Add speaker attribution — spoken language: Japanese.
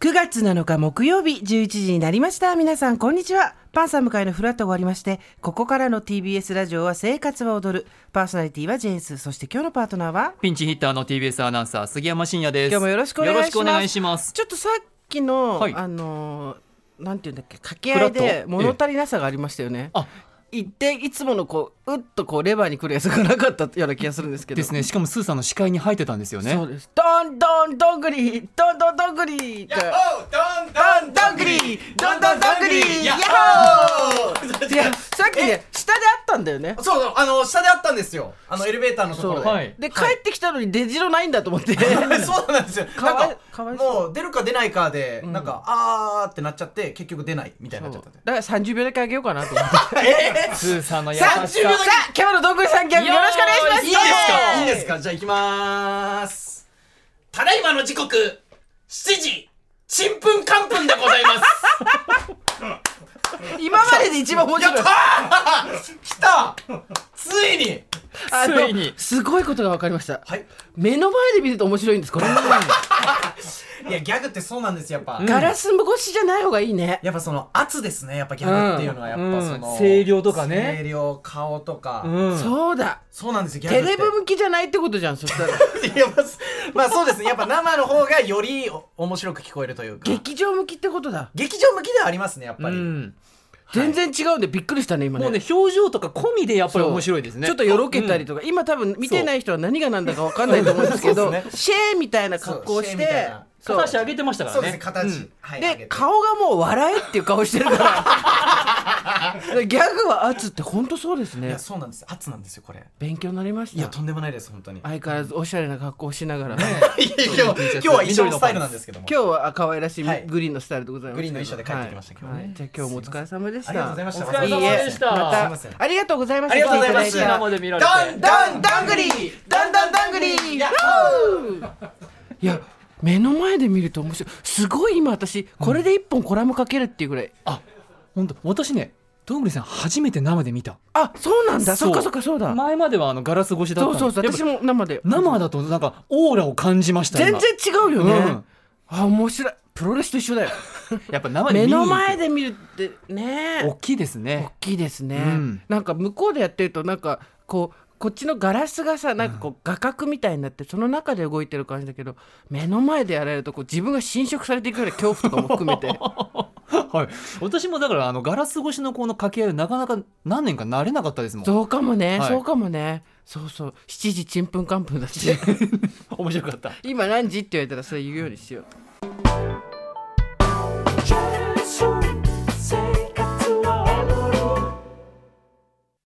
Speaker 1: 月7日木曜日11時になりました。皆さん、こんにちは。パンサー向かいのフラットが終わりまして、ここからの TBS ラジオは生活は踊る。パーソナリティはジェンス。そして今日のパートナーは
Speaker 2: ピンチヒッターの TBS アナウンサー杉山真也です。
Speaker 1: 今日もよろしくお願いします
Speaker 2: よろくお願いします
Speaker 1: ちょっとさっきの、
Speaker 2: はい
Speaker 1: あのーなんていうんだっけ掛け合い
Speaker 2: フラッ
Speaker 1: で
Speaker 2: ト
Speaker 1: 物足りなさがありましたよね。
Speaker 2: あ、
Speaker 1: 一定いつものこううっとこうレバーに来るやつがなかったような気がするんですけど。
Speaker 2: ですね。しかもスーさんの視界に入ってたんですよね。
Speaker 1: そうです。どんどんどんぐりどんどんどんぐりって。どんどんぐりどんどんどんぐりや
Speaker 3: やっ
Speaker 1: っ
Speaker 3: ほ
Speaker 1: ほーいやさっきね下であったんだよね。
Speaker 3: そうそう、あの、下であったんですよ。あの、エレベーターのところで。
Speaker 2: そうはい
Speaker 1: で帰ってきたのに出城ないんだと思って。
Speaker 3: そうなんですよ。
Speaker 1: かわい
Speaker 3: なん
Speaker 1: かわいそう
Speaker 3: もう出るか出ないかで、なんか、あーってなっちゃって、結局出ないみたいになっちゃ
Speaker 1: だ
Speaker 3: っ
Speaker 1: か
Speaker 3: たんで。
Speaker 1: ら30秒だけあげようかなと 思って。
Speaker 2: スーさんの優し
Speaker 1: さ
Speaker 2: さ
Speaker 1: あ、。さあ、今日のどんぐりさんギャグよろしくお願いします。
Speaker 3: いいですかい
Speaker 1: イエーイ
Speaker 3: いですかじゃあ行きまーす。
Speaker 4: ただいまの時刻、7時、ちんぷんかんぷんでござい ます。
Speaker 1: 今までで一番面白い。
Speaker 3: 来たついに
Speaker 1: あの
Speaker 2: ついに
Speaker 1: すごいことが分かりました。
Speaker 3: はい。
Speaker 1: 目の前で見ると面白いんです、これ。ガ
Speaker 3: いや、ギャグってそうなんですよ、やっぱ。
Speaker 1: ラス越しじゃない方がいいね。
Speaker 3: やっぱその圧ですね、やっぱギャグっていうのは、やっぱその、
Speaker 2: うん声量とかね
Speaker 3: 声量、顔とか。
Speaker 2: うん。
Speaker 1: そうだ。
Speaker 3: そうなんですよ、ギャグ
Speaker 1: テ
Speaker 3: って。
Speaker 1: レビ向きじゃないってことじゃん、そ したら。
Speaker 3: いやまあすまあそうですねやっぱ生の方がよりお面白く聞こえるというか
Speaker 1: 劇場向きってことだ。
Speaker 3: 劇場向きではありますねやっぱり、
Speaker 2: うん
Speaker 1: 全然違うんでびっくりしたね、今ね。
Speaker 2: もうね表情とか込みでやっぱり
Speaker 1: そう
Speaker 2: 面白いですね。
Speaker 1: ちょっとよろけたりとか、今多分見てない人は何が何だか分かんないと思うんですけ
Speaker 3: そ
Speaker 1: ど、
Speaker 3: うですね
Speaker 1: シェーみたいな格好をし
Speaker 3: そうシェーみたい
Speaker 1: て
Speaker 3: な、
Speaker 2: うん。片足上げてましたか
Speaker 3: そ
Speaker 2: ら
Speaker 3: うですね
Speaker 2: ね。
Speaker 3: 形、はい上げ
Speaker 1: で
Speaker 3: て
Speaker 1: 顔がもう笑えっていう顔してるから。 でギャグは圧って本当そうです
Speaker 3: い
Speaker 1: ね
Speaker 3: や。そうなんです圧なんですよこれ
Speaker 1: 勉強になりまし
Speaker 3: いや
Speaker 1: た。
Speaker 3: とんでもないです本当に いや
Speaker 1: 相変わらずおしゃれな格好をしながら。
Speaker 3: 今日今日は衣装スタイルなんですけども
Speaker 1: 今日は可愛らしい
Speaker 3: はい
Speaker 1: グリーンのスタイルでございます。
Speaker 3: グリーンの衣装で帰ってきましたけどね
Speaker 1: はいはいじゃあ今日もお疲れ様でした。
Speaker 3: ありがとうございました
Speaker 2: お疲れ様でした
Speaker 3: いえ
Speaker 1: ま
Speaker 3: ありがとうございます
Speaker 1: たありがとうございました。
Speaker 3: ありがとうございま
Speaker 1: 来
Speaker 3: す
Speaker 1: てただいて
Speaker 2: 生で見られて。
Speaker 3: ダンダンダングリダンダンダングリー
Speaker 1: ヤいや目の前で見ると面白いすごい今私これで一本コラム書けるっていうぐらい、
Speaker 2: あ、本当。私ね、どんぐりさん初めて生で見た。
Speaker 1: あそうなんだそっ
Speaker 2: う
Speaker 1: かそっかそうだ、
Speaker 2: 前まではあのガラス越しだった
Speaker 1: そ
Speaker 2: ん
Speaker 1: う
Speaker 2: です。
Speaker 1: そうそう
Speaker 2: やっぱ
Speaker 1: 私も生で
Speaker 2: 生だとなんかオーラを感じました。
Speaker 1: 全
Speaker 2: 今
Speaker 1: 然違うよね、
Speaker 2: うん
Speaker 1: あ面白いプロレスと一緒だ よ
Speaker 2: やっぱ生
Speaker 1: 目
Speaker 2: で見に行
Speaker 1: の
Speaker 2: く
Speaker 1: 前で見るってね
Speaker 2: 大きいですね
Speaker 1: 大。きいですね、
Speaker 2: うん
Speaker 1: なんか向こうでやってるとなんかこうこっちのガラスがさなんかこう画角みたいになってその中で動いてる感じだけど目の前でやられるとこう自分が侵食されていくような恐怖とかも含めて
Speaker 2: はい、私もだからあのガラス越しのこの掛け合いなかなか何年か慣れなかったですもん
Speaker 1: そうかもね、
Speaker 2: はい
Speaker 1: そうかもねそうそう7時 ちんぷんかんぷんだし
Speaker 2: 面白かった
Speaker 1: 今何時って言われたらそれ言うようにしよう